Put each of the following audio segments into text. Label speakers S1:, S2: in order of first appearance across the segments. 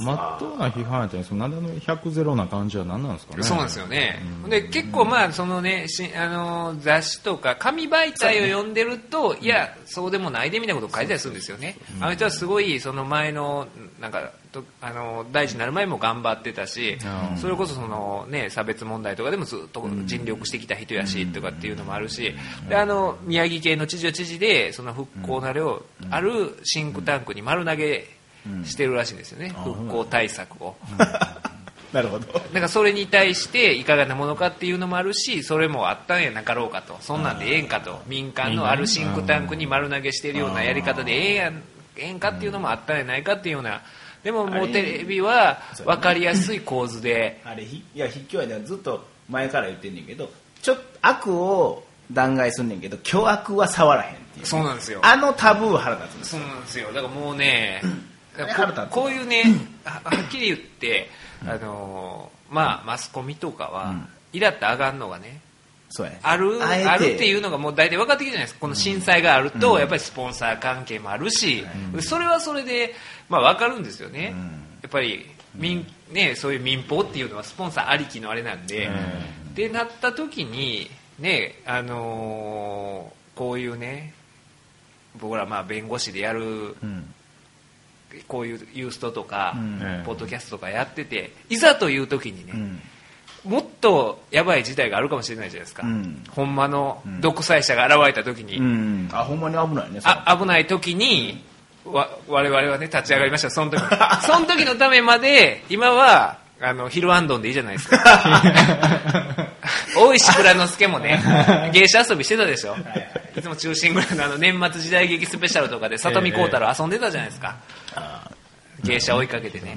S1: まっとうな批判やったんですけど、なんであの100ゼロな感じは何なんですかね。
S2: そうなんですよね、で結構、まあそのねしあのー雑誌とか紙媒体を読んでると、いや、そうでもないでみたいなことを書いてたりするんですよね、あの人はすごいその前のなんかとあのー大臣になる前も頑張ってたし、
S1: うん
S2: それこそその、ね、差別問題とかでもずっと尽力してきた人やしとかっていうのもあるし、であの宮城県の知事は知事でその復興などをあるシンクタンクに丸投げしてるらしいんですよね、復興対策を。
S3: なるほど。
S2: なんかそれに対していかがなものかっていうのもあるしそれもあったんやなかろうかとそんなんでええんかと民間のあるシンクタンクに丸投げしてるようなやり方でええやんええんかっていうのもあったんやないかっていうようなでももうテレビは分かりやすい構図で
S3: あれ、ひいや、筆記はねずっと前から言ってんねんけど、ちょっと悪を弾劾すんねんけど、巨悪は触らへんっていう。
S2: そうなんですよ
S3: あのタブー腹立つんです
S2: そうなんですよだからもうね
S3: ん
S2: だからこ
S3: あれ腹立つ
S2: こういうねははっきり言ってあのーまあマスコミとかはイラッと上がるのがね
S3: そうやね
S2: ある
S3: えて
S2: あるっていうのがもう大体分かってきてるじゃないですかこの震災があるとやっぱりスポンサー関係もあるし、それはそれで、まあ、分かるんですよね、やっぱり民、ね、そういう民放っていうのはスポンサーありきのあれなんで、でなった時に、ねあのーこういうね僕らまあ弁護士でやる
S1: うん。
S2: こういうユーストとか、
S1: ん
S2: ポッドキャストとかやってていざという時にね、もっとやばい事態があるかもしれないじゃないですか、
S3: うん
S2: ほんまの独裁者が現れた時に、
S3: うん。あ、ほんまに危ないね。それ
S2: あ危ない時にわ我々はね立ち上がりましたその 時その時のためまで今はあのヒルアンドンでいいじゃないですか 大石蔵之介もね 芸者遊びしてたでしょいつも中心ぐらいのあの年末時代劇スペシャルとかで里見光太郎遊んでたじゃないですか、芸者追いかけてね、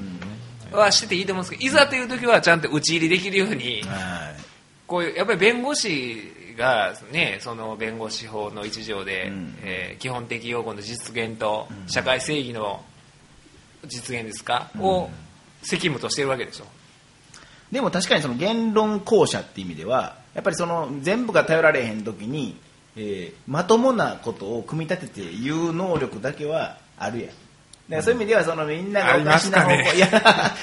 S2: はしてていいと思うんですけどいざという時はちゃんと打ち入りできるように
S3: はい。
S2: こういうやっぱり弁護士が、ね、その弁護士法の一条で、
S3: うん
S2: えー基本的要項の実現と社会正義の実現ですか、を責務としてるわけでしょ
S3: でも確かにその言論公社って意味ではやっぱりその全部が頼られへん時に、えーまともなことを組み立てて言う能力だけはあるやんだからそういう意味ではそのみんなが
S2: あ
S3: お
S2: り
S3: か
S2: ま
S3: し
S2: す
S3: な
S2: か
S3: 方向、
S2: ね
S3: い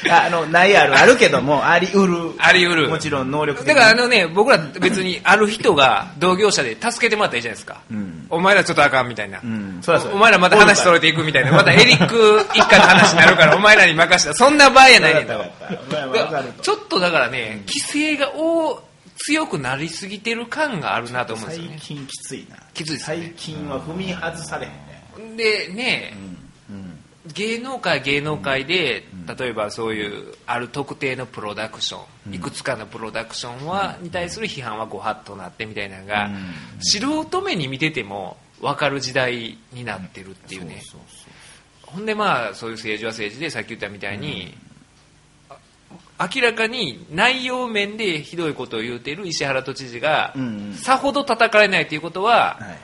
S3: やあのないあるあるけどもありうる
S2: あり得る
S3: もちろん能力的
S2: だからあのね僕ら別にある人が同業者で助けてもらったらいいじゃないですか、
S3: うん
S2: お前らちょっとあかんみたいな、
S3: うんそらそう
S2: お前らまた話揃えていくみた いなまたエリック一家の話になるからお前らに任せたそんな場合やないねん
S3: だ
S2: と
S3: から
S2: だ
S3: わ
S2: か
S3: からると
S2: ちょっとだからね、規制が大強くなりすぎてる感があるなと思うんです
S3: 最
S2: よね。
S3: 近きついな
S2: きついですね
S3: 最近は踏み外されへんね
S2: でね、芸能界芸能界で、例えばそういうある特定のプロダクション、いくつかのプロダクションは、に対する批判はご法度なってみたいなのが、素人目に見てても分かる時代になってるっていうね。ほんでまあそういう政治は政治でさっき言ったみたいに、あ明らかに内容面でひどいことを言うてる石原都知事が、
S3: うんうん
S2: さほど叩かれないということは、
S3: はい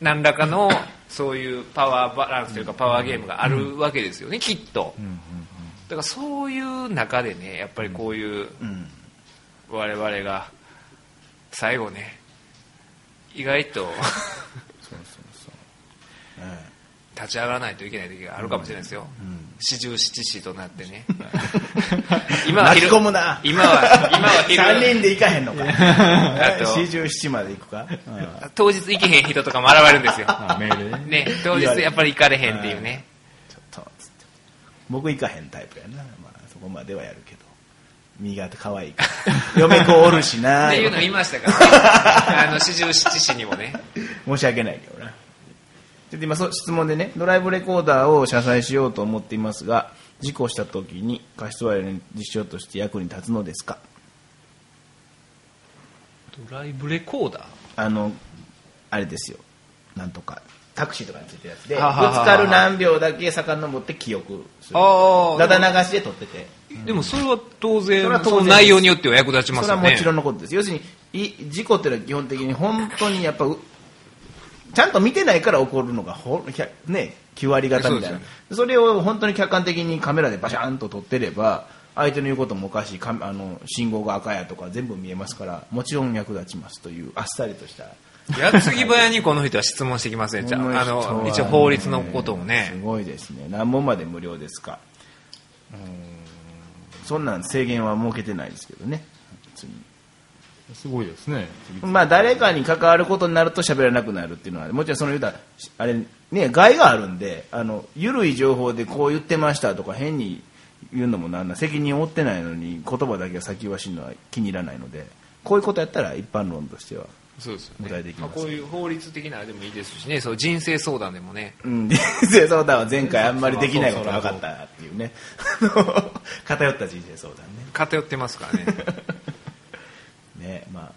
S2: 何らかのそういうパワーバランスというかパワーゲームがあるわけですよね、きっと、だからそういう中でねやっぱりこういう
S3: うん
S2: 我々が最後ね意外と 立ち上がらないといけない時があるかもしれないですよ、四十七士となってね今は昼
S3: 巻き込むな
S2: 今は今は昼
S3: 3人で行かへんのか
S2: あと
S3: 47まで行くか、うん
S2: 当日行けへん人とかも現れるんですよ、
S1: あ、メールでね。
S2: ね、当日やっぱり行かれへんっていうね、
S3: ちょっとつって僕行かへんタイプやな、まあ、そこまではやるけど身が可愛いから嫁子おるしな
S2: っていうの言いましたから、ね、あの四十七士にもね
S3: 申し訳ないけどなちょっと今そう質問でねドライブレコーダーを車載しようと思っていますが事故した時に過失割れ実証として役に立つのですか
S2: ドライブレコーダー
S3: あのあれですよなんとかタクシーとかについてるやつでぶつ
S2: はははは
S3: かる何秒だけ遡って記憶する
S2: あー
S3: だだ流しで撮ってて
S2: でもそれは当然
S3: そ
S2: そ
S3: れは当然
S2: の内容によっては役立ちま
S3: そ
S2: すよ
S3: れは
S2: ね
S3: もちろんのことです要するにい事故ってのは基本的に本当にやっぱうちゃんと見てないから起こるのがほ、ひゃね、9割方
S2: そう
S3: みたいな
S2: ですよね
S3: そ,、れを本当に客観的にカメラでバシャンと撮ってれば相手の言うこともおかしいかあの信号が赤やとか全部見えますからもちろん役立ちますというあっさりとした
S2: やつぎ早にこの人は質問してきますねじゃ
S3: こ
S2: ああ
S3: 人は
S2: の一応法律のことをね
S3: すごいですね何問まで無料ですかそんなん制限は設けてないですけどね別に
S1: すごいですね。
S3: まあ誰かに関わることになると喋らなくなるっていうのはもちろんその言うたらあれね害があるんであの緩い情報でこう言ってましたとか変に言うのもなんなん責任を負ってないのに言葉だけは先走るのは気に入らないのでこういうことやったら一般論としては
S2: そうですよ
S3: 具体
S2: ね
S3: 的に
S2: まあ、こういう法律的なあれでもいいですしねそう人生相談でもね
S3: うん、 人生相談は前回あんまりできないことが分かったっていうね あの偏った人生相談ね
S2: 偏ってますからね
S3: ねまあ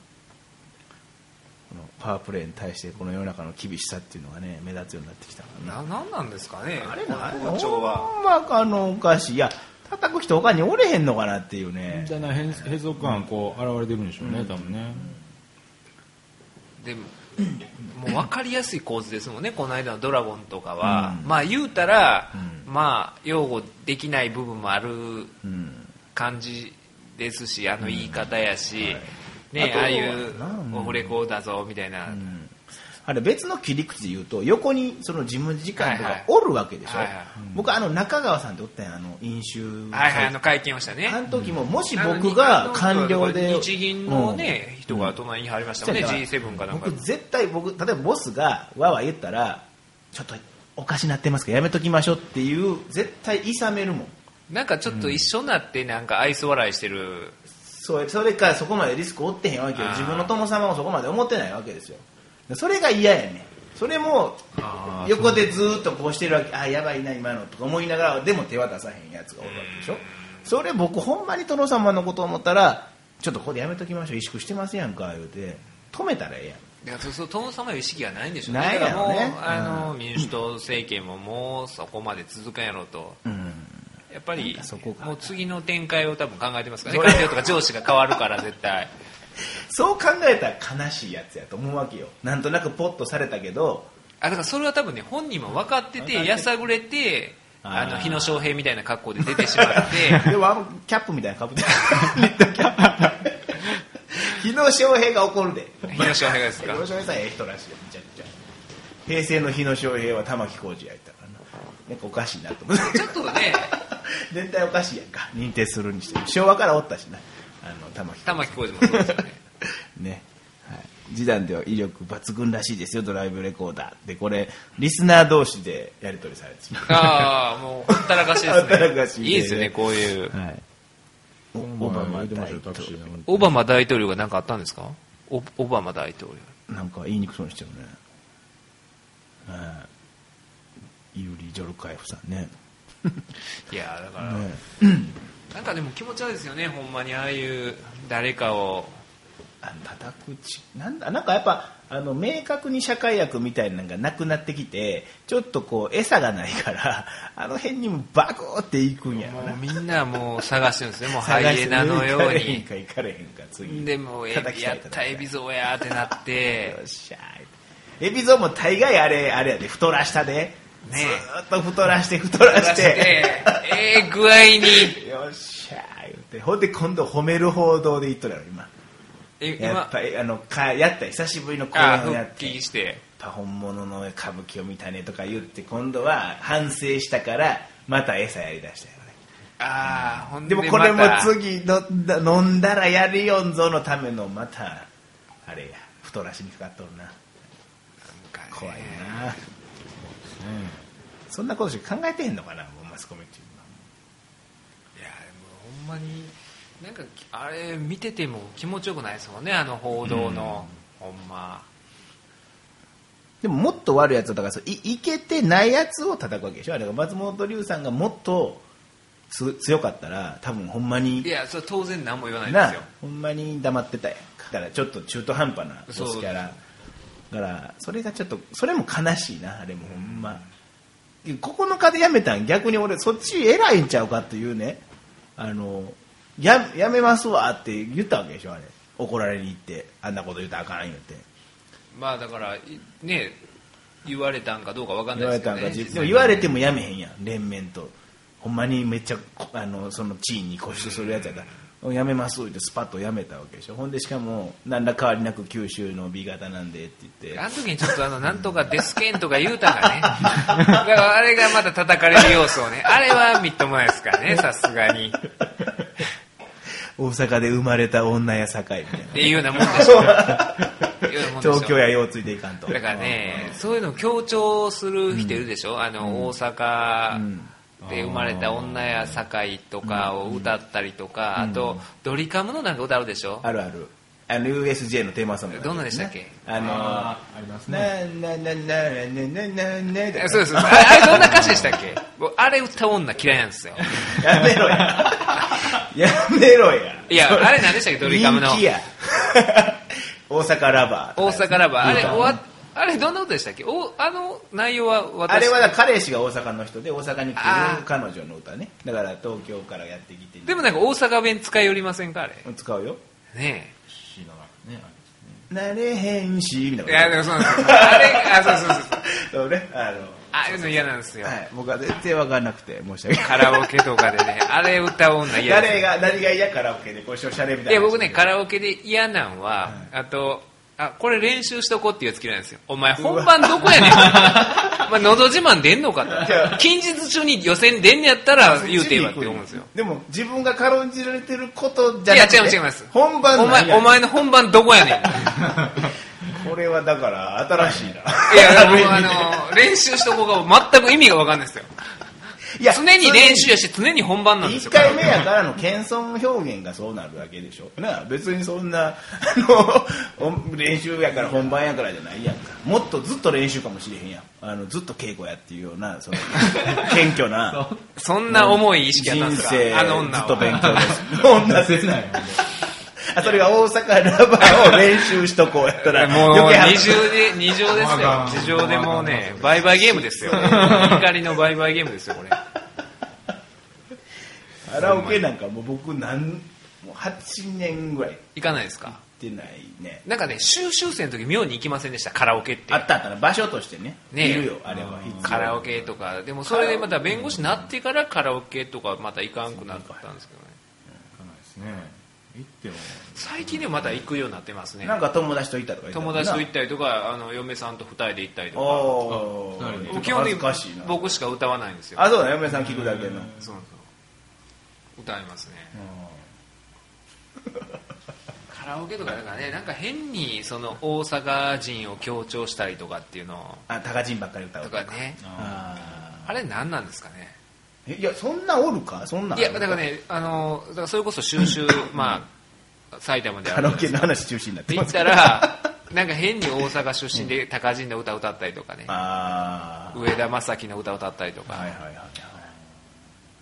S3: このパワープレイに対してこの世の中の厳しさっていうのがね目立つようになってきたからね
S2: ななんなんですかね
S3: あれな
S2: この校長は
S3: ほんまあのおかしいいや叩く人他におれへんのかなっていうね
S1: みたいな変閉塞感こう現れてるんでしょうね、多分ね。
S2: でももう分かりやすい構図ですもんねこの間の「ドラゴン」とかは、
S3: うん
S2: まあ言うたら、まあ擁護できない部分もある
S3: うん
S2: 感じですしあの言い方やし、
S3: はい
S2: ね
S3: あ
S2: あ
S3: と
S2: あい
S3: なん
S2: うオフレコだぞみたいな、
S3: あれ別の切り口で言うと横にその事務次官と
S2: はいは
S3: か
S2: い
S3: おるわけでしょ、
S2: はいはい
S3: 僕あの中川さんっておったやんあの飲酒
S2: はいはいあの会見をしたね
S3: あの時ももし
S2: あの
S3: 僕が官僚で
S2: 日銀のね、人が隣に入りましたもんね、
S3: そうやから
S2: G7 かなんか
S3: 僕絶対僕例えばボスがわわ言ったらちょっとおかしなってますからやめときましょうっていう絶対いさめるもん
S2: なんかちょっと一緒になってなんか愛想笑いしてる
S3: それそれかそこまでリスク負ってへんわけよ
S2: あー
S3: 自分の殿様もそこまで思ってないわけですよでそれが嫌やねんそれも
S1: あー
S3: 横でずーっとこうしてるわけあーやばいな今のとか思いながらでも手は出さへんやつがおるわけでしょそれ僕ほんまに殿様のこと思ったらちょっとここでやめときましょう萎縮してますやんか言うて止めたらええや
S2: だか
S3: ん
S2: らそうそう殿様いう意識がないんでしょうね
S3: ないやろね
S2: だからもうあの民主党政権ももうそこまで続かんやろうとやっぱり
S3: なんかそこが
S2: もう次の展開を多分考えてますからね
S3: それ
S2: 官僚とか上司が変わるから絶対
S3: そう考えたら悲しいやつやと思うわけよなんとなくポッとされたけど
S2: あだからそれは多分ね本人も分かっててやさぐれてあ
S3: あ
S2: の
S3: ー
S2: 日野翔平みたいな格好で出てしまって
S3: でワンキャップみたいなかぶってニット キャップ日野翔平が怒るで
S2: 日野翔平がです
S3: 日
S2: か
S3: 野翔平さんええ人らしいよめちゃくちゃ平成の日野翔平は玉置浩二やったからななんかおかしいなと思って
S2: ちょっとね
S3: 全体おかしいやんか認定するにしても昭和からおったしなあの玉置浩
S2: 玉置浩二もそうですよね
S3: 二 ねはい示談では威力抜群らしいですよドライブレコーダーでこれリスナー同士でやり取りされてしまう
S2: ああもうほったらかしですね
S3: ほったらかし
S2: いいですよねこういう
S3: はい。
S1: オバマ言ってましたよタクシーの運転
S2: オバマ大統領が何かあったんですかオオバマ大統領
S3: なんか言いにくそうにしてるね。ええユーリ・ジョルカエフさんね。
S2: いやだから、
S3: ね
S2: なんかでも気持ち悪いですよねほんまにああいう誰かを
S3: あの叩くちなんだなんかやっぱあの明確に社会悪みたいなのがなくなってきてちょっとこう餌がないから あの辺にもバコーっていくんやろ
S2: も
S3: な
S2: うみんなもう探してるんですねもうハイエナのよう
S3: 行かれへん
S2: に
S3: か行かれへんか次
S2: でもうエ
S3: 叩
S2: ビ
S3: きた
S2: や
S3: い
S2: ったエビゾやーってなっ
S3: よってしゃーエビゾも大概あれあれやで太らしたで、
S2: ね
S3: ずーっと太らして太らして
S2: ええ具合に
S3: よっしゃー言ってほんで今度褒める報道で言っとるやろ今
S2: え
S3: やっ
S2: 今
S3: ぱりあのかやった久しぶりの公演
S2: あ
S3: をやっ
S2: 復
S3: て
S2: 帰して
S3: やっぱ本物の歌舞伎を見たねとか言って今度は反省したからまた餌やりだしたよね
S2: ああほん
S3: で
S2: で
S3: もこれも
S2: また
S3: 次の飲んだらやるよんぞのためのまたあれや太らしにかかっとるな怖いなそんなことしか考えてへんのかなもうマスコミっていうのは
S2: やでもほんま
S3: い
S2: になんかあれ見てても気持ちよくないですもんねあの報道の、ほんま
S3: でももっと悪いやつをだからそういいけてないやつを叩くわけでしょあれが松本龍さんがもっとつ強かったら多分ほんまに
S2: いやそれ当然何も言わないで
S3: な
S2: すよ
S3: ほんまに黙ってたやんかだからちょっと中途半端なボ
S2: そう
S3: スキャラだからそれがちょっとそれも悲しいなあれもほんま9日でやめたん逆に俺そっち偉いんちゃうかというねあのややめますわって言ったわけでしょあれ怒られに行ってあんなこと言うたらあかん言うて
S2: まあだからいね言われたんかどうかわかんな
S3: 言
S2: い
S3: わ
S2: で
S3: れ
S2: すけど、ね、
S3: たん
S2: 実
S3: か、でも
S2: 際
S3: 言われてもやめへんやん連綿とほんまにめっちゃこあのその地位に固執するやつやったらやめますってスパッとやめたわけでしょほんでしかも何ら変わりなく九州の B 型なんでって言って
S2: あの時にちょっとあの、なんとかデスケンとか言うたが ね。だからあれがまた叩かれる要素をね。あれはみっともないですからね、さすがに。っ
S3: 大阪で生まれた女や境みたいな
S2: ていうようなもんでしょ。いうようなもんでしょ
S3: 東京やようついていかんと
S2: だからね、そういうのを強調する人いるでしょ、あの、大阪で生まれた女や堺とかを歌ったりとか、あと、ドリカムのなんか歌あるでしょ
S3: あるあるあの USJ のテーマソング
S2: どんなんでしたっけ
S3: あの
S1: あーありますね
S3: ななななななな
S2: えそうです。あれ、あれどんな歌詞でしたっけ僕あれ歌う女嫌いなんですよ。
S3: やめろややめろや
S2: いや、あれ何でしたっけドリカムの
S3: 人気や大阪ラバー
S2: 大阪ラバー。あれ、終わあれどんなことでしたっけおあの内容は私
S3: あれはだから彼氏が大阪の人で大阪に来てる彼女の歌ねだから東京からやってきて
S2: でもなんか大阪弁使い寄りませんかあれ。
S3: 使うよ
S2: ね
S1: 詩の中ねあ
S3: なれへんしみたい
S2: え。い
S3: な
S2: や、でもそうなんですよ。あれ、あ、そうそうそうそう。
S3: そうねあの
S2: ああいうの嫌なんですよ。
S3: はい、僕は全然分からなくて申し訳ない
S2: カラオケとかで ね、あれ歌う女嫌で
S3: 誰が何が嫌カラオケでこうしょしゃれみ
S2: す。
S3: たいない
S2: や、僕ね、カラオケで嫌なんは、あと、あ、これ練習しとこうっていうやつ嫌いなんですよ。お前本番どこやねん。 まあ、喉自慢出んのかと。近日中に予選出んねやったら言うてえわって思うんですよ。
S3: でも自分が軽んじられてることじゃなくて
S2: いや違います違います
S3: 本番
S2: お
S3: なん
S2: 前、
S3: や
S2: お前の本番どこやねん。い
S3: これはだから新しいな
S2: や、僕あの、練習しとこうが全く意味がわかんないですよ。
S3: いや
S2: 常に練習やし、常に本番なんです
S3: 一
S2: よ。
S3: 回目やからの謙遜表現がそうなるわけでしょなあ別にそんなあのお練習やから本番やからじゃないやんかもっとずっと練習かもしれへんやんあのずっと稽古やっていうようなその謙虚な
S2: そんな重い意識やったん
S3: 人
S2: です
S3: 生
S2: かあの女
S3: ず
S2: は。
S3: っと勉強です 女
S1: りますね出せないよね
S3: あそれが大阪ラバーを練習しとこうやったら
S2: もう
S3: 余計
S2: 二重で、二乗です
S1: まあま
S2: よ
S1: あ。
S2: 二乗でもうね、バイバイゲームです よ。怒りのバイバイゲームですよ、これ。
S3: カラオケなんかもう僕なんもう8年ぐらい行っ
S2: 行かないですか
S3: てないね
S2: なんかね、修習生の時妙に行きませんでした、カラオケって
S3: あ。ったあったな場所としてね
S2: ね
S3: いるよあれは必要
S2: カラオケとか。でもそれでまた弁護士になってからカラオケとかまた行かんくなったんですけどね。
S1: 行かないですね行っても
S2: 最近でもまた行くようになってますね
S3: な。んか友達と行ったとか言ってたも
S2: 友
S3: んな
S2: 達と行ったりとか、あの、嫁さんと二人で行ったりとか。も
S3: お
S1: あ二人で
S3: ー
S2: う基
S3: ちょっと
S2: 本的
S3: 恥ず
S2: に
S3: かしいな
S2: 僕しか歌わないんですよ。
S3: あそうだ嫁さん聞くだけ
S2: そ
S3: の
S2: うそう。歌いますね。 カラオケとかなんかねなんか変にその大阪人を強調したりとかっていうの
S3: あ高人ばっかり歌う
S2: と
S3: とか
S2: かね
S3: あ
S2: あれ何なんですかね
S3: ーえいやそんなおるかそんなん
S2: いやだからねあのだからそれこそ収集まあ埼玉であ
S3: カ
S2: る
S3: ラ
S2: じゃ
S3: オ
S2: ないですか
S3: ケの話中心になって
S2: 行
S3: ま
S2: っ
S3: す
S2: たらなんか変に大阪出身で高人の歌歌ったりとかね
S3: ああ
S2: 上田正樹の歌歌ったりとか、
S3: はいはいはいはい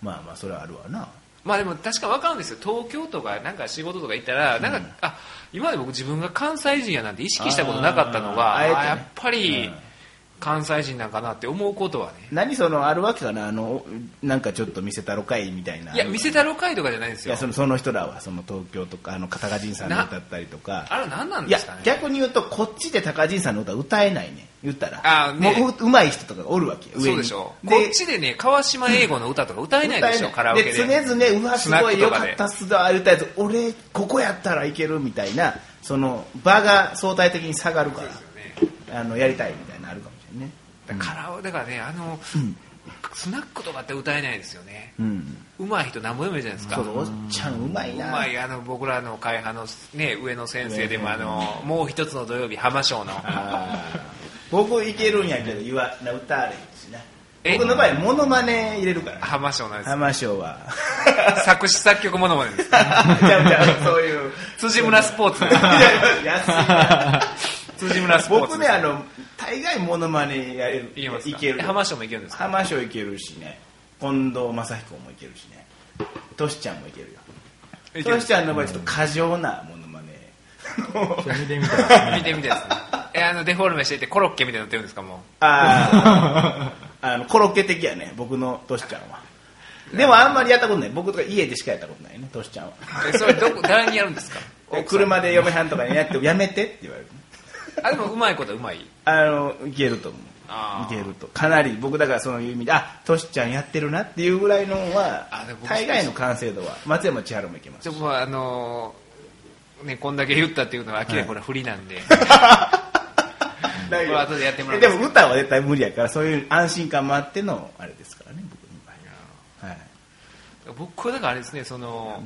S3: まあまあそれはあるわな
S2: まあでも確か分かるんですよ東京とかなんか仕事とか行ったらなんか、あ今まで僕自分が関西人やなんて意識したことなかったのが
S3: あーあえてね
S2: あやっぱり
S3: うん
S2: 関西人なんかなって思うことはね
S3: 何そのあるわけかなあのなんかちょっと見せたろかいみたいない
S2: や、見せたろかいとかじゃないんです
S3: い
S2: よ
S3: や。そのその人らはその東京とかあの高人さんの歌ったりとか
S2: あれ何なん
S3: い
S2: で
S3: や
S2: すかね。
S3: 逆に言うとこっちで高人さんの歌歌えないね言ったら
S2: あね
S3: もうううまい人とかがおるわけよ上に
S2: そうでしょこっちでね、川島英語の歌とか歌えないで しょ、カラオケで。
S3: 常々うわすごい
S2: スナッ
S3: よ
S2: クと
S3: か
S2: かで
S3: ったっすだ言ったやつ俺ここやったらいけるみたいなその場が相対的に下がるか
S2: そうですよね
S3: らあのやりたいみたいなのあるかもしれないね
S2: だからカラオだからね、あの、スナックとかって歌えないですよね。
S3: うん
S2: 上手い人何も読めるじゃないですか。
S3: そうそうおっちゃんうまいな
S2: うまいあの僕らの会派の、ね、上野先生でもあのもう一つの土曜日浜松の
S3: 僕いけるんやけど言わな歌あれへんしな
S2: え
S3: 僕の場合モノマネ入れるからね
S2: 浜松なんです
S3: 浜松は
S2: 作詞作曲ものまでです
S3: ちゃうちゃうそ ういう
S2: 辻村スポーツ
S3: い やいや安いな
S2: 辻村スポーツ
S3: 僕ねあの大概モノマネやれる
S2: いけますか
S3: ける
S2: え浜松もいけるんですか
S3: 浜松いけるしね近藤真彦もいけるしねトシちゃんもいけるよ
S2: いけ
S3: ト
S2: る
S3: シちゃんの場合ちょっと過剰なモノマネ
S1: じゃあ見てみたいですね
S2: 見てみたいですね。え、あの、デフォルメしててコロッケみたいになってるんですか、も
S3: あーあのコロッケ的やね僕のトシちゃんはでもあんまりやったことない僕とか家でしかやったことないねトシちゃんは
S2: う。え、それどこ、誰にやるんです か
S3: お車で嫁はんとかにやってやめてって言われる
S2: あ、でも、うまいことはうまい。
S3: あのいけると思う
S2: あ
S3: い
S2: ー
S3: けるとかなり僕だからそのいう意味であトシちゃんやってるなっていうぐらいのは
S2: あでも僕
S3: 大概の完成度は松山千春もいけます
S2: ちょっとあのーねこんだけ言ったっていうのは明らかな振りなんで、
S3: 大丈夫
S2: これ後でやってもら
S3: え
S2: い
S3: で
S2: ます
S3: も歌は絶対無理やからそういう安心感もあってのあれですからね僕の場合は、はい、
S2: 僕はだからあれですねその、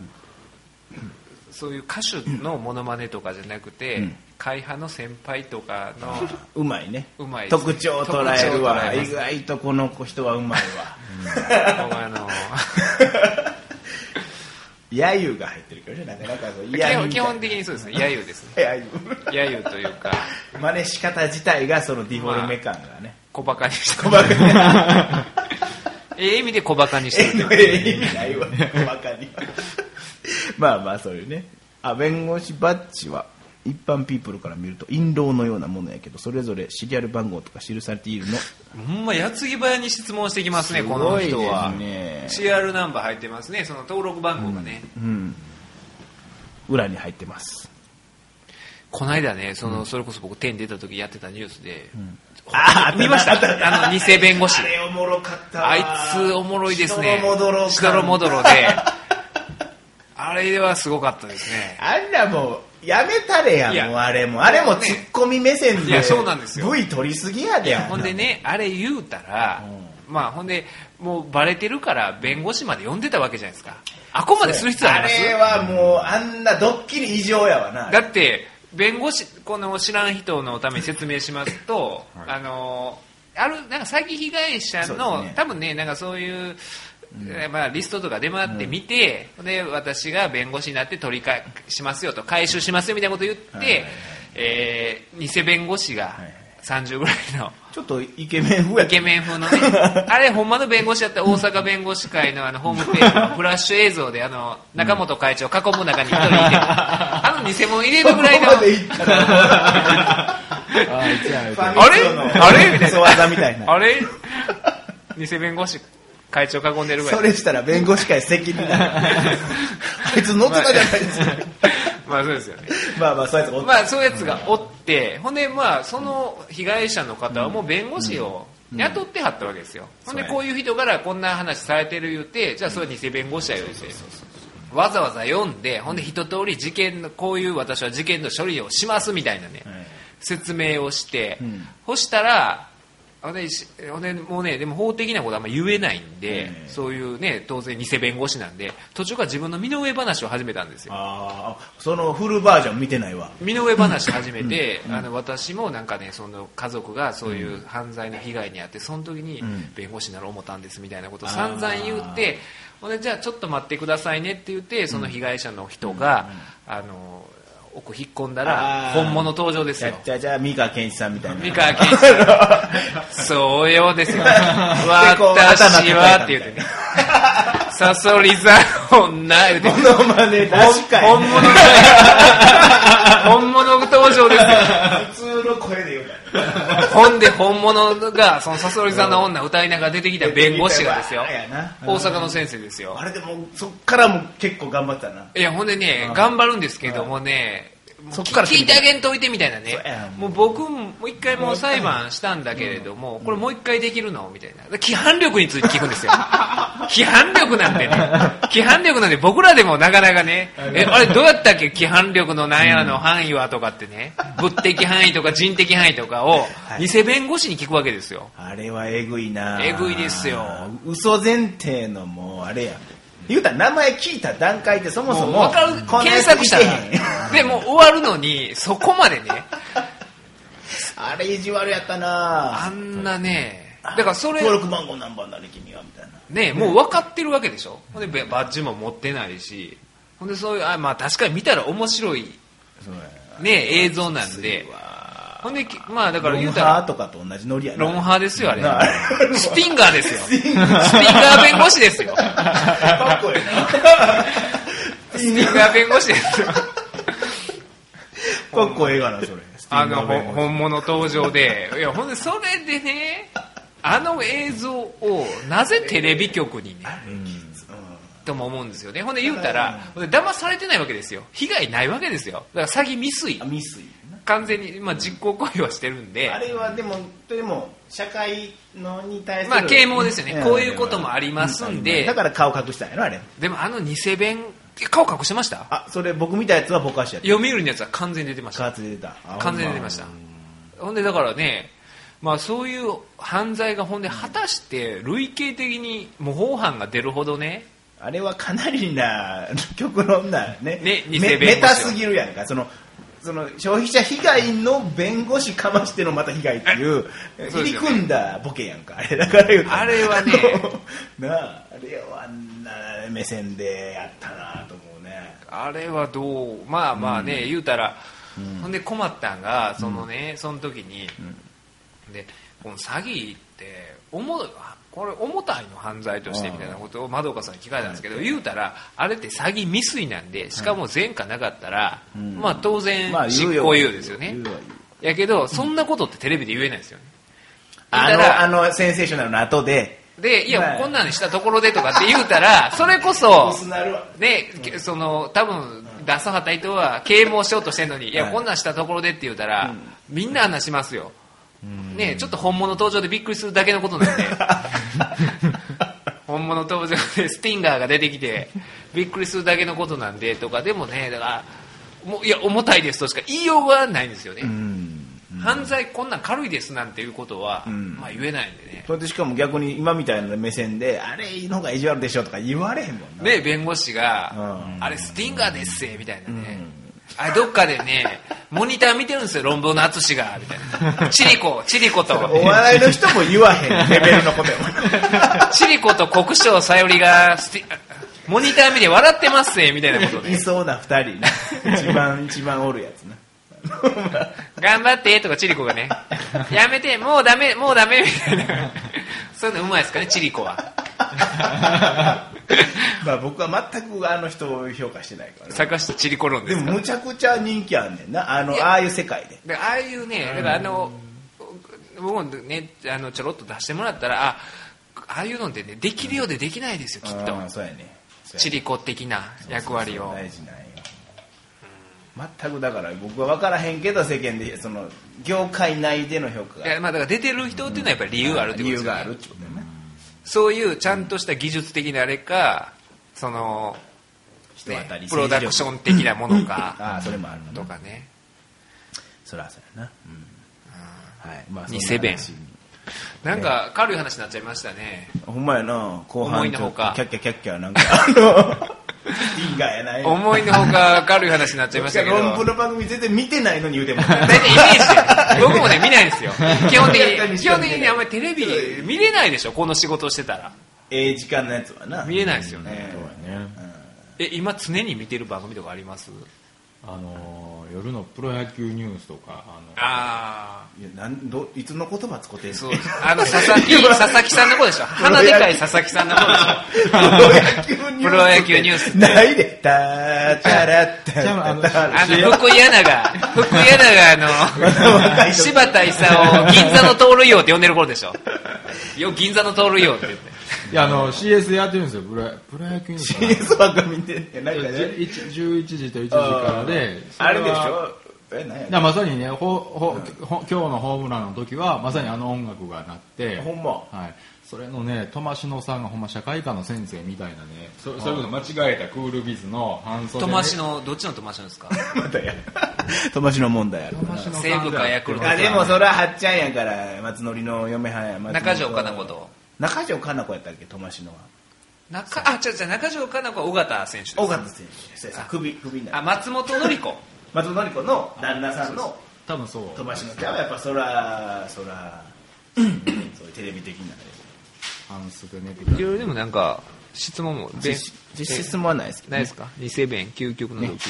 S2: そういう歌手のモノマネとかじゃなくて、
S3: うん
S2: 会派の先輩とか の
S3: うまいね
S2: うまいですね
S3: 特徴を捉えるわ
S2: 特徴を捉えま
S3: 意
S2: す
S3: 外とこの子人はうまい
S2: 僕はあの
S3: わやゆが入ってるけどねなかなかそう
S2: 基本基本的にそうですね揶揄ですね
S3: やゆ
S2: 揶揄という か
S3: 真似し方自体がそのディフォルメ感が ね、
S2: 小バカにして
S3: 小バカに
S2: ええ意味で小バカにしてるというか
S3: ええ意味ないわね小バカには まあまあそういうねあ弁護士バッジは一般ピープルから見ると印籠のようなものやけどそれぞれシリアル番号とか記されているの
S2: ほんま矢継ぎ早に質問してきますねこの
S3: す
S2: 人
S3: ごい
S2: は、
S3: ですね
S2: CR ナンバー入ってますねその登録番号がね、
S3: うん裏に入ってます
S2: この間ねその、それこそ僕天出た時やってたニュースで、
S3: あ
S2: 見ました あの偽弁護士
S3: あれおもろかったわ
S2: あいつおもろいですね
S3: しどろもどろ感
S2: しどろもど ろであれはすごかったですね
S3: あんなもうやめたれや
S2: いや
S3: もうあれもあれもツッコミ目線
S2: い
S3: で
S2: やそうなんですよ
S3: V 取りすぎやであな
S2: ほんでねあれ言うたら、まあほんでもうバレてるから弁護士まで呼んでたわけじゃないですかあこまでする必要あり
S3: あ
S2: ます
S3: れはもうあんなドッキリ異常やわな
S2: だって弁護士この知らん人のために説明します と、あのあるなんか詐欺被害者
S3: そう
S2: の、
S3: ですね
S2: 多分ねなんかそういう、えーまあ、リストとか出回って見て、で私が弁護士になって取り返しますよと回収しますよみたいなこと言って、
S3: はいはいはい
S2: えー偽弁護士が
S3: はいはい
S2: 30ぐらいの。
S3: ちょっとイケメン風や
S2: イケメン風のねあれほんまの弁護士だったら大阪弁護士会のあのホームページのフラッシュ映像であの中本会長囲む中に一人いてあの偽物入れるぐらいの
S3: そこまでいったら
S1: あいつやめて
S3: ファミ
S2: あれ
S3: 通の
S2: あれみたい
S3: 嘘技みたい
S2: な
S3: な
S2: あれ偽弁護士会長囲んでるぐらい
S3: それしたら弁護士会責任だあいつ乗ってたじゃないですか
S2: まあそうですよね
S3: まあまあそうやつおっ
S2: まあそういうやつがおってほんでまあその被害者の方はもう弁護士を雇ってはったわけですよほんで
S3: そうやね
S2: こういう人からこんな話されてる言うてじゃあそれは偽弁護士や言うてわざわざ読んでほんで一通り事件のこういう私は事件の処理をしますみたいなね
S3: はい
S2: 説明をして
S3: うん
S2: そしたらほんでしほんでもうねでも法的なことあんま言えないんで
S3: ええ
S2: そういうね当然偽弁護士なんで途中から自分の身の上話を始めたんですよ
S3: ああそのフルバージョン見てないわ
S2: 身の上話始めて、あの私もなんかねその家族がそういう犯罪の被害に遭ってその時に
S3: ん
S2: 弁護士になろう思ったんですみたいなことを
S3: あー
S2: 散々言ってほんでじゃあちょっと待ってくださいねって言ってその被害者の人が、あの奥引っ込んだら
S3: あー
S2: 本物登場です
S3: じゃ
S2: よ
S3: じゃじゃ三河健一さんみたいな
S2: 三河健一 そうようです よ私はって言ってねサソリ座の女言うて
S3: モノマネ確か
S2: 本
S3: に
S2: 物だ本物登場ですよ
S3: 普通の声でよかった
S2: ほんで 本物が、そのサソリ座の女歌いながら出てきた弁護士がですよ
S3: 出てきたわ。
S2: 大阪の先生ですよ
S3: あ。れでもそっからも結構頑張ったない
S2: や、ほんでね、頑張るんですけどもね、もう
S3: そっから
S2: 聞いてあげんといてみたいなね
S3: そうや。
S2: もう僕も、もう一回もう裁判したんだけれども、これもう一回できるのみたいな。規範力について聞くんですよ。 規範力なん てね、規範力なんて僕らでもなかなかね、え、あれどうやったっけ規範力のなんやらの範囲はとかって ね、物的範囲とか人的範囲とかを
S3: はい
S2: 偽弁護士に聞くわけですよ。
S3: あれはえぐいな
S2: えぐいですよ
S3: 嘘前提のもうあれや言うたら名前聞いた段階でそもそも
S2: もう分かる
S3: こんな
S2: 検
S3: やつ
S2: 索した
S3: いてへ
S2: ら
S3: ん
S2: でもう終わるのにそこまでね
S3: あれ意地悪やったな
S2: あんなねだからそれ
S3: 登録番号何番だね君はみたいな
S2: ねもう分かってるわけでしょほんでべバッジも持ってないしほんでそういうあまあ確かに見たら面白い
S3: そうや
S2: ね映像なんでほんできまあだから
S3: ロ
S2: 言
S3: ン
S2: うた
S3: ハー
S2: ら
S3: とかと同じノリやな
S2: ロンハーですよあれ
S3: なあ
S2: スティンガーですよス テ
S3: ステ
S2: ィ
S3: ィ
S2: ン
S3: ン
S2: ガ
S3: ガー
S2: ー弁護士です よ
S3: かっこいい な
S2: スティンガー弁護士ですよ
S3: かっこええがなそれ
S2: あのほ本物登場 でいやほんでそれでねあの映像をなぜテレビ局にねとも思うんですよねほんで言うたらほんで騙されてないわけですよ被害ないわけですよだから詐欺未遂
S3: あミスいいな
S2: 完全に、まあ、実行行為はしてるんで
S3: あ、れはでもでも社会のに対する
S2: まあ、啓蒙ですよね、
S3: ん
S2: こういうこともありますんで
S3: だ、から顔隠したんやろあれ
S2: でもあの偽弁、顔隠してました
S3: あそれ僕見たやつは僕はしやった
S2: 読売のやつは完全に出てました
S3: 加圧で出たあ
S2: 完全に出てましたほんでだからね、まあ、そういう犯罪がほんで果たして累計的に模倣犯が出るほどね
S3: あれはかなりな極論なね
S2: ね偽
S3: め
S2: 弁護士
S3: メタすぎるやんかそのその消費者被害の弁護士かましてのまた被害っていう
S2: え そう
S3: 入
S2: ですよね
S3: り組んだボケやんかあれだから言うと
S2: あれはね
S3: なああれはあんな目線でやったなと思うね
S2: あれはどうまあまあね、言うたら、ほんで困ったんがそのね、その時に、でこの詐欺っておもこれ重たいの犯罪としてみたいなことを窓岡さんに聞かれたんですけど、言うたらあれって詐欺未遂なんでしかも前科なかったら、まあ当然
S3: まあ言
S2: 執
S3: うよ
S2: 行猶予ですよね、
S3: 言うよ
S2: やけどそんなことってテレビで言えないですよね、
S3: あ
S2: だから
S3: のあのセンセーショナルの後で
S2: でいや、
S3: まあ
S2: こんなんにしたところでとかって言うた らそれこそ
S3: 薄なる わ
S2: ね、けその多分出さはった人は啓蒙しようとしてるのにいや
S3: はい
S2: こんなんしたところでって言うたら、みんな話しますよ、ね、ちょっと本物登場でびっくりするだけのことなん で本物登場でスティンガーが出てきてびっくりするだけのことなんでとかでもねだからもういや重たいですとしか言いようがないんですよね、
S3: うん
S2: 犯罪こんなん軽いですなんていうことは、
S3: ん
S2: まあ、言えないんでね
S3: それでしかも逆に今みたいな目線であれの方が意地悪でしょとか言われへんもんな
S2: で弁護士が「
S3: う
S2: あれスティンガーですせ」みたいなね、あれどっかでねモニター見てるんですよ論文の淳がみたいなチリコチリコと
S3: お笑いの人も言わへんレベルのことやもん
S2: チリコと国生さよりがスティモニター見て笑ってますせみたいなこと
S3: い
S2: で
S3: そうな二人な一番一番おるやつな
S2: 「頑張って」とかチリコがね「やめてもうダメもうダメ」みたい なそういうのうまいですかねチリコは
S3: まあ僕は全くあの人を評価してないからね
S2: 坂下チリコ論で
S3: です
S2: から
S3: もむちゃくちゃ人気あんねんなあの
S2: いや
S3: ああいう世界で
S2: でああいうねだからあの僕もねあのちょろっと出してもらったらあああいうのってねできるようでできないですよきっと
S3: うんそうやねそうやね
S2: チリコ的な役割を
S3: 大事なんよ全くだから僕は分からへんけど世間でその業界内での評価
S2: い
S3: が
S2: やまあだから出てる人っていうのはやっぱり理由あるってこと
S3: 理
S2: で
S3: 由
S2: すよ
S3: があ
S2: ね
S3: るってことやね
S2: そういうちゃんとした技術的なあれかその
S3: 人当た
S2: ね
S3: り
S2: プロダクション的なものか
S3: ああそれもある
S2: とかね
S3: そらそうやなうんはいまあ
S2: 偽
S3: そんな話
S2: 弁なんか軽い話になっちゃいましたね
S3: ほんまやな後
S2: 思
S3: 半
S2: い
S3: ち
S2: の
S3: ょ
S2: ほ
S3: っとキ
S2: か
S3: ャッキャキャッキャなんかあのいいがやない
S2: 思いのほか軽い話になっちゃいましたけど
S3: 論文の番組全然見てないのに言うても
S2: 大体イメージ で僕もね 見ないんですよ基本的
S3: やったり
S2: に
S3: し
S2: 基
S3: たり
S2: 本
S3: ね
S2: 的にねあんまりテレビ見れないでしょこの仕事をしてたら
S3: ええ時間のやつはな
S2: 見れないですよね
S3: え
S1: そうやね、
S2: え今常に見てる番組とかあります
S1: あのー夜のプロ野球ニュースとかあの
S2: ああ
S3: いやなんどいつの言葉使ってんの
S2: そうですあの佐々木 佐々木さんの子でしょ鼻でかい佐々木さんの子でしょ プ
S3: プロ野球ニュース
S2: ロ野球ニュース
S3: ないでたーたらった
S1: じゃああの
S3: たら
S2: あの福井アナが福井アナがあの柴田勲を銀座の盗塁王って呼んでる頃でしょよ銀座の盗塁王って言って
S1: いやあの CS やってるんですよプロプロ野球ニュースかな
S3: CS ばっか見てんねんなんかね
S1: 11 11時と1時からでそ
S3: あ
S1: は
S3: れでしょえ何や
S1: いやまさにねほほほ今日のホームランの時はまさにあの音楽が鳴って
S3: ほんま
S1: はい、それのねトマシノさんがほんま社会科の先生みたいなねそそれこそ間違えたクールビズの半袖、ね、
S2: 友達のどっちの友達ですか
S3: またや友達の問題やろ
S1: トマシノさん
S2: 西武かヤクルト
S1: あ
S3: あでもそれははっちゃんやから松則の嫁はんや松則
S2: 中条かな子と
S3: 中条かな子やったっけ友達のは
S2: 中あ、違う違う、中条かな子は尾形選手です。
S3: 尾形選手そうやそう
S2: あ
S3: 首首にな
S2: あ、
S3: る
S2: 松本紀子。
S3: 松則子の旦那さんの
S1: 多分そう
S3: 友達のちゃんはやっぱそらそらそういうテレビ的な
S1: 半袖ネク
S2: いろいろでもなんか、質問も、
S3: 実実質もはないですけど、
S2: ない
S3: ね、
S2: ですか偽弁、究極の動機。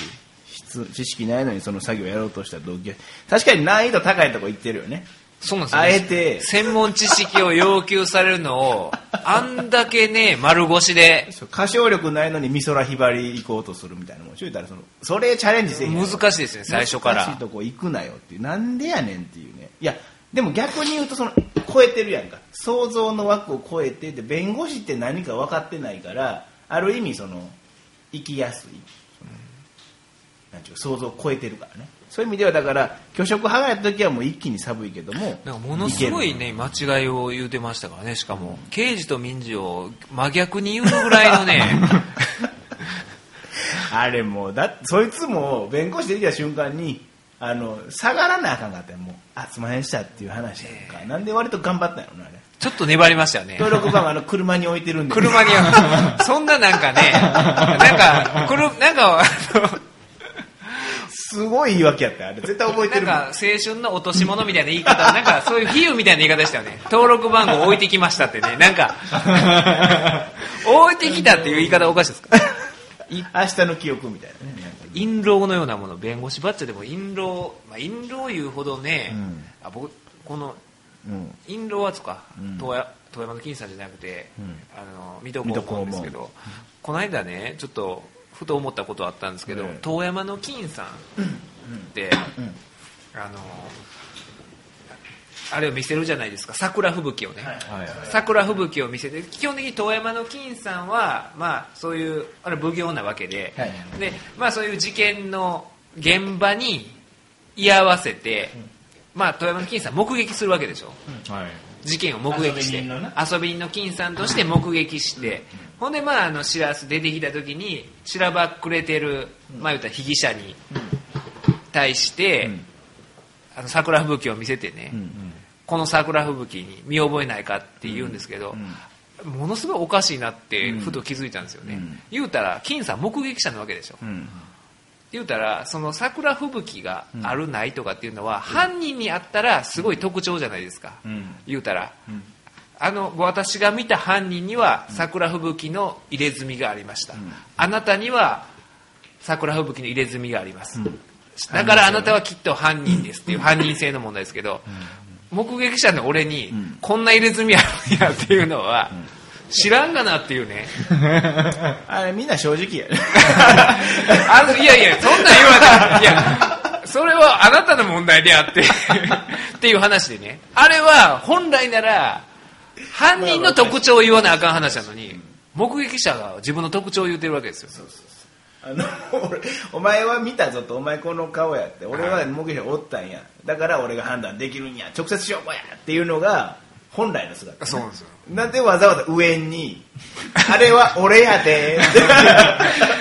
S3: 質知識ないのにその作業やろうとした動機は確かに難易度高いとこ行ってるよね
S2: そうなんですよ。
S3: あえて
S2: 専門知識を要求されるのを、あんだけね、丸腰で、
S3: そう歌唱力ないのに美空ひばり行こうとするみたいなもんちょいたらそのそれチャレンジせえへんやろ
S2: 難しいですね、最初か
S3: 難しい
S2: ら。
S3: とこ行くなよっていうなんでやねんっていうねいやでも逆に言うとその超えてるやんか想像の枠を超えてで弁護士って何か分かってないからある意味その生きやすいなんちゅうか想像を超えてるからねそういう意味ではだから虚飾派がやった時はもう一気に寒いけども
S2: なんかものすごい
S3: ける
S2: ね間違いを言うてましたからねしかも刑事と民事を真逆に言うぐらいのね
S3: あれもうだってそいつも弁護士できた瞬間にあの下がらなあかんかったよもうあすんまへんでしたっていう話やんか、なんで割と頑張ったんやろなあれ
S2: ちょっと粘りましたよね
S3: 登録番あの車に置いてるんで
S2: 車にはそんななんかねなんかこれなんかあの
S3: すごい言い訳やったよあれ絶対覚えて
S2: なん
S3: るもん
S2: か青春の落とし物みたいな言い方なんかそういう比喩みたいな言い方でしたよね登録番号置いてきましたってねなんか置いてきたっていう言い方おかしいですか
S3: 明日の記憶みたいなねなんか
S2: 印籠のようなもの弁護士バッジでも印籠、まあ、印籠いうほどね、
S3: うん
S2: あ僕この
S3: うん
S2: 印籠はつか、
S3: うん
S2: 遠山遠山の金さんじゃなくて、
S3: ん
S2: あの水戸黄門ですけどこの間ねちょっとふと思ったことあったんですけど、
S3: ええ
S2: 遠山の金さんって、
S3: うん
S2: あのあれを見せるじゃないですか桜吹雪をね、
S1: はいはい
S2: 桜吹雪を見せて基本的に遠山の金さんは、まあ、そういうあれ奉行なわけで,、
S3: はい
S2: でまあ、そういう事件の現場に居合わせて、まあ、遠山の金さん目撃するわけでしょ
S1: はい
S2: 事件を目撃して
S3: 遊び人のな
S2: 遊び人の金さんとして目撃してほんでまああのしらす出てきた時にしらばっくれてるまあ言ったら被疑者に対して、
S3: うん
S2: あの桜吹雪を見せてね、
S3: うん
S2: この桜吹雪に見覚えないかって言うんですけど、ものすごいおかしいなってふと気づいたんですよね、
S3: うん
S2: 言うたら金さん目撃者なわけでしょ、
S3: うん
S2: 言うたらその桜吹雪があるないとかっていうのは、犯人にあったらすごい特徴じゃないですか、
S3: うん
S2: 言うたら、あの私が見た犯人には桜吹雪の入れ墨がありました、あなたには桜吹雪の入れ墨があります、だからあなたはきっと犯人ですっていう犯人性の問題ですけど、目撃者の俺にこんな入れ墨あるんやっていうのは知らんがなっていうね
S3: あれみんな正直やね
S2: あのいやいやそんなん言わないいやそれはあなたの問題であ ってっていう話でねあれは本来なら犯人の特徴を言わなあかん話なのに目撃者が自分の特徴を言ってるわけですよ
S3: あの 俺お前は見たぞとお前この顔やって俺は目撃者おったんやだから俺が判断できるんや直接証拠やっていうのが本来の姿
S2: そうなんですよ
S3: なんでわざわざ上にあれは俺やでー
S2: ものすごいね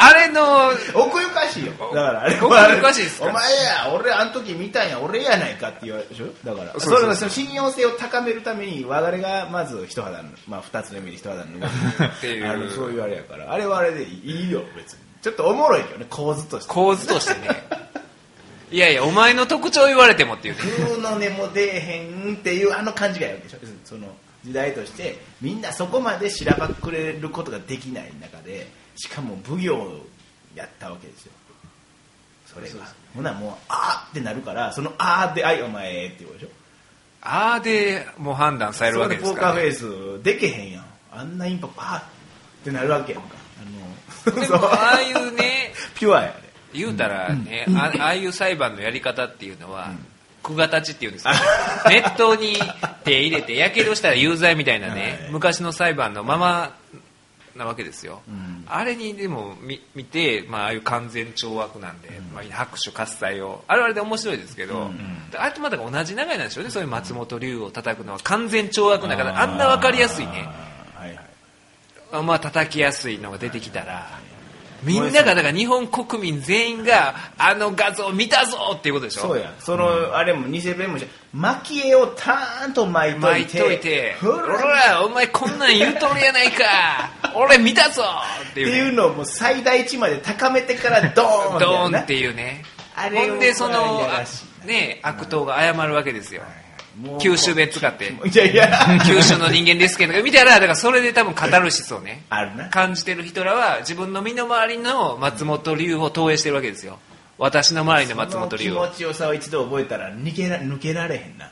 S2: あれの
S3: 奥ゆかしいよだからあれ
S2: 奥ゆかしいっすか
S3: お前や俺あの時見たんや俺やないかって言われるでしょだから
S2: そ
S3: そう
S2: そう
S3: れがその信用性を高めるために我々がまず一肌のまあ二つの目で一肌の
S2: っていう
S3: あのそういうあれやからあれはあれでいいよ別にちょっとおもろいけどね構図として
S2: 構図としてねいやいやお前の特徴を言われてもっていうね
S3: グーの音も出えへんっていうあの感じがやるでしょその時代としてみんなそこまでしらばっくれることができない中でしかも奉行をやったわけですよそれがほなもう「あーってなるからその「あーで「あいお前」って言うでしょ
S2: ああでもう判断されるわけで
S3: そ
S2: す
S3: れでポー
S2: か
S3: カ
S2: ら、
S3: ー
S2: ね
S3: フ、ェイスでけへんやんあんなインパクト「あーってなるわけやんかあ の
S2: でもああい
S3: そう
S2: うね
S3: ピュアやで
S2: 言うたらね、あああいう裁判のやり方っていうのは、クガタチっていうん ですけど熱湯に手入れてやけどしたら有罪みたいなね、
S3: はい
S2: 昔の裁判のままなわけですよ、
S3: ん
S2: あれにでも見見て、まあ、ああいう完全懲悪なんで、まあ、拍手喝采をあれはあれで面白いですけど、あれとまた同じ流れなんでしょうねそういう松本龍を叩くのは完全懲悪だからあんな分かりやすいね
S3: あーはいはい
S2: あまあ叩きやすいのが出てきたらみんながだから日本国民全員があの画像見たぞっていうことでしょ
S3: そうやその、あれも偽弁もし蒔絵をたーんと巻いと
S2: 巻
S3: い
S2: い
S3: て
S2: といて「
S3: ほ
S2: ほ
S3: ら
S2: らお前こんなん言うとるやない か俺見たぞ!」って
S3: っ
S2: いう
S3: て
S2: ね、
S3: いうのをもう最大値まで高めてからドーンみたい
S2: ド
S3: な
S2: ーンっていうね
S3: あれを
S2: ほんでその
S3: いやらしい
S2: ね悪党が謝るわけですよ
S3: もう
S2: 九州弁使って
S3: いやいや
S2: 九州の人間ですけど見たらだからそれで多分語るしそうね
S3: あるな
S2: 感じてる人らは自分の身の回りの松本龍を投影してるわけですよ私の周りの松
S3: その
S2: 本
S3: 気
S2: 龍を
S3: 持ちよさを一度覚えたら抜けら抜けられへんな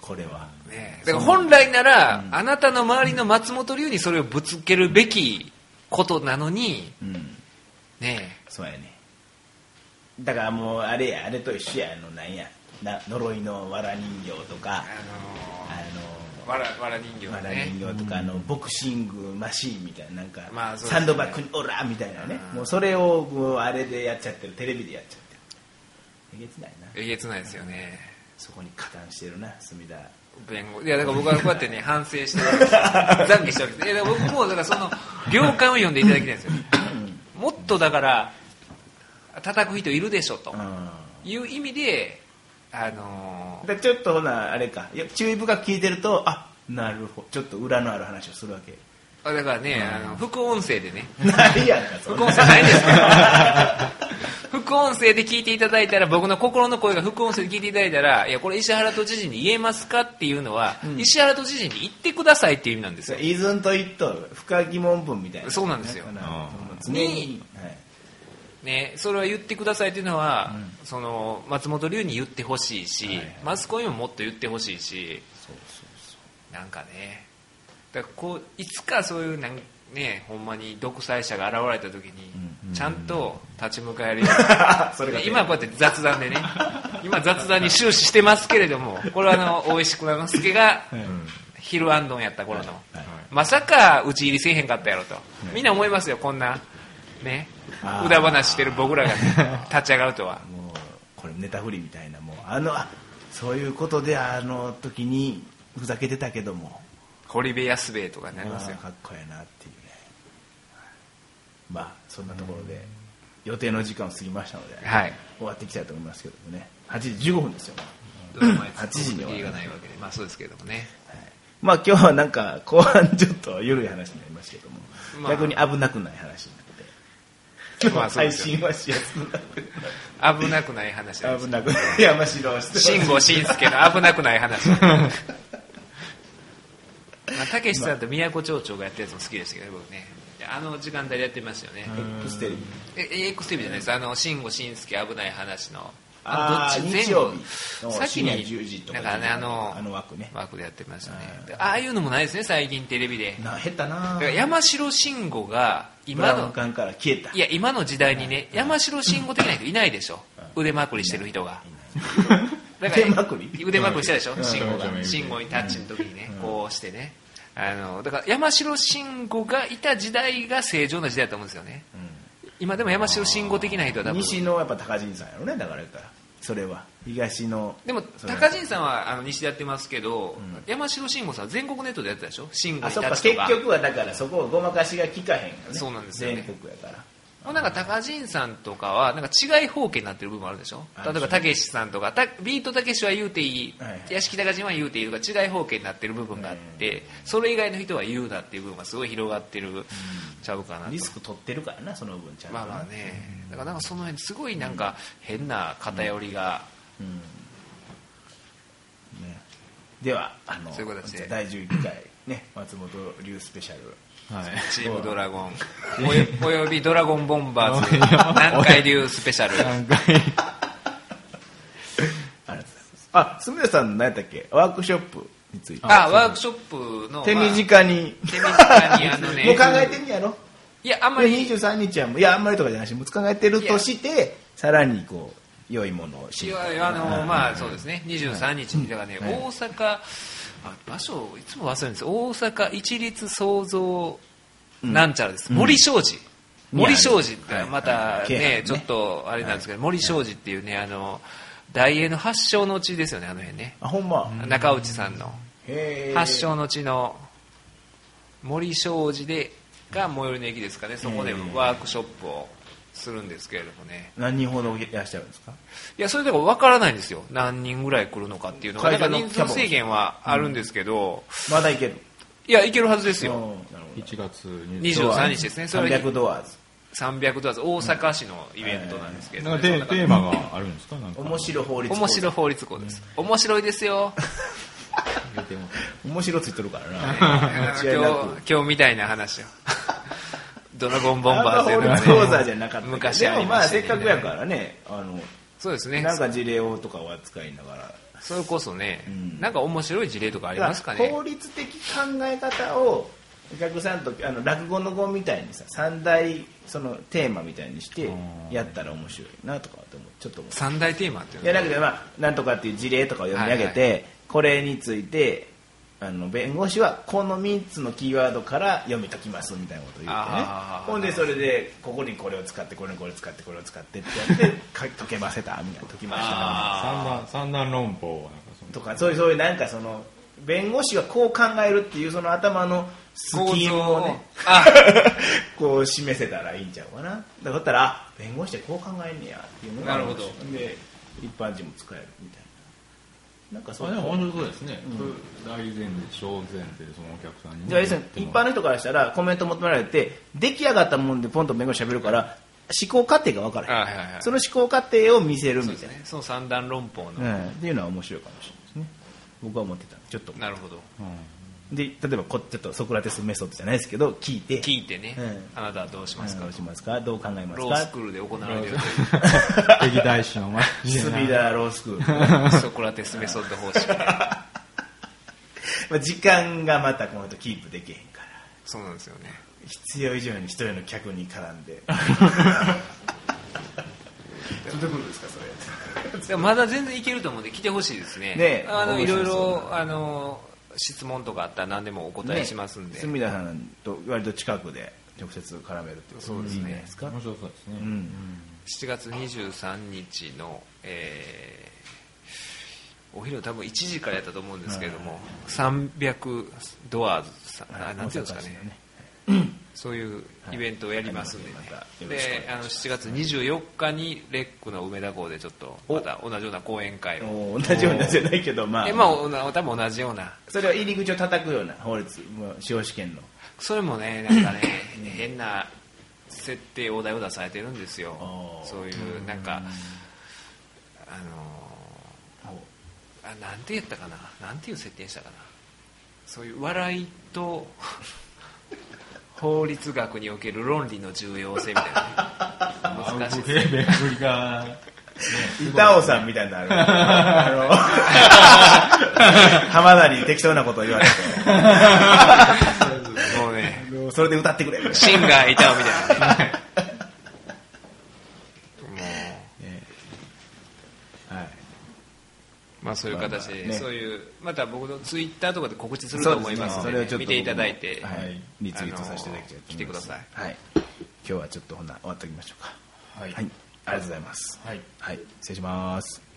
S3: これは
S2: ねだから本来なら、あなたの周りの松本龍にそれをぶつけるべきことなのに、
S3: うん
S2: ね
S3: そうやねだからもうあれやあれと一緒やあのなんやな呪いのわら人形とか
S2: あの
S3: あの
S2: わらわら人形
S3: わら
S2: ね
S3: 人形とか、あのボクシングマシーンみたいななんか、
S2: まあそうですね
S3: サンドバッグにオラみたいなね
S2: うん
S3: もうそれをもうあれでやっちゃってるテレビでやっちゃってるえげつないな
S2: えげつないですよね
S3: そこに加担してるな隅田
S2: 弁護いやだから僕はこうやって ね反省してるわけですよ懺悔してるわけですいやだから僕もだからその行間を読んでいただきたいんですよもっとだから叩く人いるでしょと
S3: う
S2: いう意味であの
S3: んでちょっとほなあれかいや注意深く聞いてるとあなるほどちょっと裏のある話をするわ け
S2: ーあだからねあの副音声でね
S3: ないやんかそん
S2: 副
S3: な
S2: 音声ないですか 副音声で聞いていただいたら僕の心の声が副音声で聞いていただいたらいやこれ石原都知事に言えますかっていうのは、石原都知事に言ってくださいっていう意味なんです
S3: そ
S2: よ
S3: れ依存と言っと深疑問文みたいな
S2: そうなんですよ
S3: だから
S1: うん
S3: もう常に、はい
S2: ね、それは言ってくださいというのは、その松本龍に言ってほしいし、マスコミももっと言ってほしいしなんかねだからこういつかそういうなん、ね、ほんまに独裁者が現れた時に、ちゃんと立ち向かえるように
S3: それが
S2: 今はこうやって雑談でね今雑談に終始してますけれどもこれはあの大石蔵之介が昼安ンやった頃の、まさか討ち入りせえへんかったやろと、みんな思いますよこんなね
S3: あー
S2: 無駄話してる僕らが立ち上がるとは
S3: もうこれネタフリみたいなもうあのあそういうことであの時にふざけてたけども
S2: 堀部安兵衛とかになりますよ
S3: あーかっこええなっていうねまあそんなところで予定の時間を過ぎましたので、
S2: はい
S3: 終わっていきたいと思いますけどもね8時15分ですよ、8時には
S2: 理由がないわけでまあそうですけどもね
S3: まあ今日はなんか後半ちょっと緩い話になりましたけども、
S2: まあ
S3: 逆に危なくない話になって、
S2: まあそうで
S3: 配
S2: すよ
S3: 信はしやすくな って
S2: 危なくない話なんです
S3: 危なくない山城をして
S2: 慎吾慎介の危なくない話ま あたけしさんと宮古町長がやったやつも好きでしたけどね僕ねあの時間帯でやってましたよね
S3: X テレビ
S2: え AX テレビじゃないですあの慎吾慎介危ない話の
S3: あー
S2: の
S3: 日曜日の
S2: 先
S3: 深
S2: に
S3: 夜10時とか
S2: だからねあの
S3: あの枠ね
S2: 枠でやってましたねでああいうのもないですね最近テレビで
S3: な減った
S2: だ
S3: な
S2: から山城慎吾が今
S3: 今の
S2: の
S3: 館から消えた
S2: い や今の時代にね山城慎吾的な人いないでしょ腕まくりしてる人がだから
S3: 腕まくり
S2: 腕まくりしたでしょ
S1: うん
S2: 慎吾
S1: うん
S2: が慎吾にタッチの時にねこうしてねあのだから山城慎吾がいた時代が正常な時代だと思うんですよね今でも山城慎吾的な人は多分
S3: 西のやっぱ高人さんやろねだからやからそれは東の
S2: でも
S3: それは
S2: 高陣さんはあの西でやってますけど、山城慎吾さんは全国ネットでやってたでしょ慎吾
S3: あ
S2: に
S3: そっ
S2: 立
S3: か
S2: ちと
S3: 結
S2: か
S3: 局はだからそこをごまかしが効かへんからね
S2: そうなんですよね
S3: 全国やから
S2: もうなんか高陣さんとかはなんか違い方形になってる部分もあるでしょ
S3: あ
S2: 例えばたけしさんとかたビートたけしは言うていい、
S3: はい
S2: 屋敷高人は言うていいとか違い方形になってる部分があって、それ以外の人は言うなっていう部分がすごい広がってる、ちゃうかなと
S3: リスク取ってるからなその分ちゃんと
S2: まあまあねだからなんかその辺すごいなんか変な偏りが、
S3: うんねではあの
S2: そういう形で
S3: じゃあ第11回ね松本龍スペシャル
S1: はい
S2: チームドラゴンおよおよびドラゴンボンバ ーズ南海流スペシャル
S1: なんかね
S3: ありがとうございますあすみれさんの何やったっけワークショップについて
S2: あワークショップの、
S3: 手
S2: まあ
S3: 短に
S2: 手短にあのね
S3: もう考えてんねやろ
S2: いやあんまり
S3: 23日はもういやあんまりとかじゃないしもう考えてるとしてさらにこう良いものをし
S2: い
S3: よ
S2: やいやあのまあそうですね23日にだからね大阪あ場所いつも忘れるんです大阪一律創造なんちゃらです森庄司
S3: うん
S2: 森庄司っ
S3: は
S2: て
S3: い
S2: また
S3: はいはい
S2: ねちょっとあれなんですけど森庄司っていうねあの大英の発祥の地ですよねあの辺ね
S3: あほんま、
S2: 中内さんの
S3: へえ
S2: 発祥の地の森庄司でが最寄りの駅ですかねそこでワークショップをするんですけれどもね
S3: 何人ほどいらっしゃるんですか
S2: いや、それだから分からないんですよ。何人ぐらい来るのかっていうのが。なんか
S3: 会場の
S2: 人数制限はあるんですけど、
S3: まだいける
S2: いや、いけるはずです
S3: うん
S2: よ。
S3: なるほ
S1: 1
S3: ど
S1: 月
S2: 23
S1: 20
S2: 23日ですねそれに
S3: 300ドアーズ
S2: 300ドアーズ、大阪市のイベントなんですけど、
S1: なんかテーテーマがあるんですかなんか
S3: 面白法律講座
S2: 面白法律校です。面白いですよ。
S1: 言うても
S3: 面白ついとるから
S2: 今
S3: な
S2: 日
S3: 間違いなく、
S2: 今日みたいな話を。 ドラゴンボン
S3: あ
S2: バ
S3: ん
S2: ーズ
S3: ま法
S2: っ
S3: 律
S2: ていうのが
S3: 講
S2: ね
S3: 座じゃなかったけど
S2: 昔
S3: で
S2: あ
S3: も
S2: り
S3: ま
S2: ま
S3: あ
S2: した
S3: せ
S2: よ
S3: っ
S2: ね
S3: かくやからねあ
S2: そうです
S3: の
S2: ね
S3: な。んか事例をとかは使いながら
S2: それこそね、
S3: ん
S2: なんか面白い事例とかありますかね
S3: 法。律的考え方をお客さんとあの落語の語みたいにさ三大そのテーマみたいにしてやったら面白いなとかって思うちょっと思う
S2: 三大テーマっていう
S3: い
S2: の
S3: や
S2: が
S3: だけどまあなんとかっていう事例とかを読み上げて、これについてあの弁護士はこの3つのキーワードから読み解きますみたいなことを言ってね
S2: あー
S3: ほんでそれでここにこれを使ってこれにこれを使ってこれを使ってってや ってか解けませたみたいな解きましたみたいな
S1: 三段三段論法はなんかその
S3: とかそういうそういうなんかその弁護士がこう考えるっていうその頭のスキームを ね
S2: あ
S3: こう示せたらいいんちゃうかなだったらあ弁護士ってこう考えんねやっていうのが
S2: なるほど
S3: で一般人も使えるみたいななんかそう
S1: あ
S3: い
S1: で
S3: う
S1: も面白そうですね、大前提小前提そのお客さんに
S3: じゃあ要するに一般の人からしたらコメント求められて出来上がったもんでポンと弁護士喋るから思考過程が分からへん、
S2: あはいはいはい
S3: その思考過程を見せるみたいな、
S2: その三段論法の、
S3: うんっていうのは面白いかもしれないですね僕は思ってたちょっと
S2: なるほど
S3: で例えばこちょっとソクラテスメソッドじゃないですけど聞いて
S2: 聞いてね、
S3: うん
S2: あなたはどうし
S3: う
S2: ます
S3: ん
S2: か、
S3: どうしますかどう考えます
S2: ロー
S3: か
S2: ス クールで行われている
S1: 敵大師のマジ
S3: ス
S1: で
S3: ピ
S1: な
S3: ーダーロースクー ルま
S2: ソクラテスメソッド 方式で
S3: あ時間がまたこの人キープできへんから
S2: そうなんですよね
S3: 必要以上に一人の客に絡 んでどういうことですかそれ
S2: でもまだ全然いけると思うんで来てほしいですね
S3: ねえ
S2: あの
S3: 面
S2: い
S3: 白
S2: ろ
S3: そう
S2: いろあの質問とかあったら何でもお答えしますんで、
S3: 隅田さんと割と近くで直接絡めるってこと
S2: そうですね
S3: いいんじゃないですか、
S1: 面白そうですね、
S3: うん、
S2: 7月23日の、えーお昼の多分1時からやったと思うんですけれども、300ドアーズさん、あなんていうんですかね
S3: 大阪市の
S2: そういうイベントをやりますんで、ね
S3: はいまたよろしくお願いし
S2: であの7月24日にレックの梅田校でちょっとまた同じような講演会を
S3: もう同じようなじゃないけどま
S2: で
S3: あ、
S2: まあおな多分同じような
S3: それは入り口を叩くような法律もう司法試験の
S2: それもねなん かね変な設定お題を出されてるんですよ
S3: あー
S2: そういうなんかあのーあなんて言ったかななんていう設定したかなそういう笑い と法律学における論理の重要性みたいなね 難しい
S1: ブレベブリが、ね、
S3: 板尾さんみたいになる。あの、浜田に適当なことを言われ
S2: もうね
S3: て、それで歌ってくれ。
S2: シンガーいたわみたいなねも
S3: はい。
S2: うまあそういう形で、
S3: まあまあね
S2: そういうまた僕のツイッターとかで告知すると思いますので,、見ていただいて、
S3: はい、リツイートさせていただきたい
S2: あの来てください
S3: はい。今日はちょっとほな、終わっておきましょうか。
S1: はい
S3: はい。ありがとうございます。
S1: はい
S3: はい。失礼します。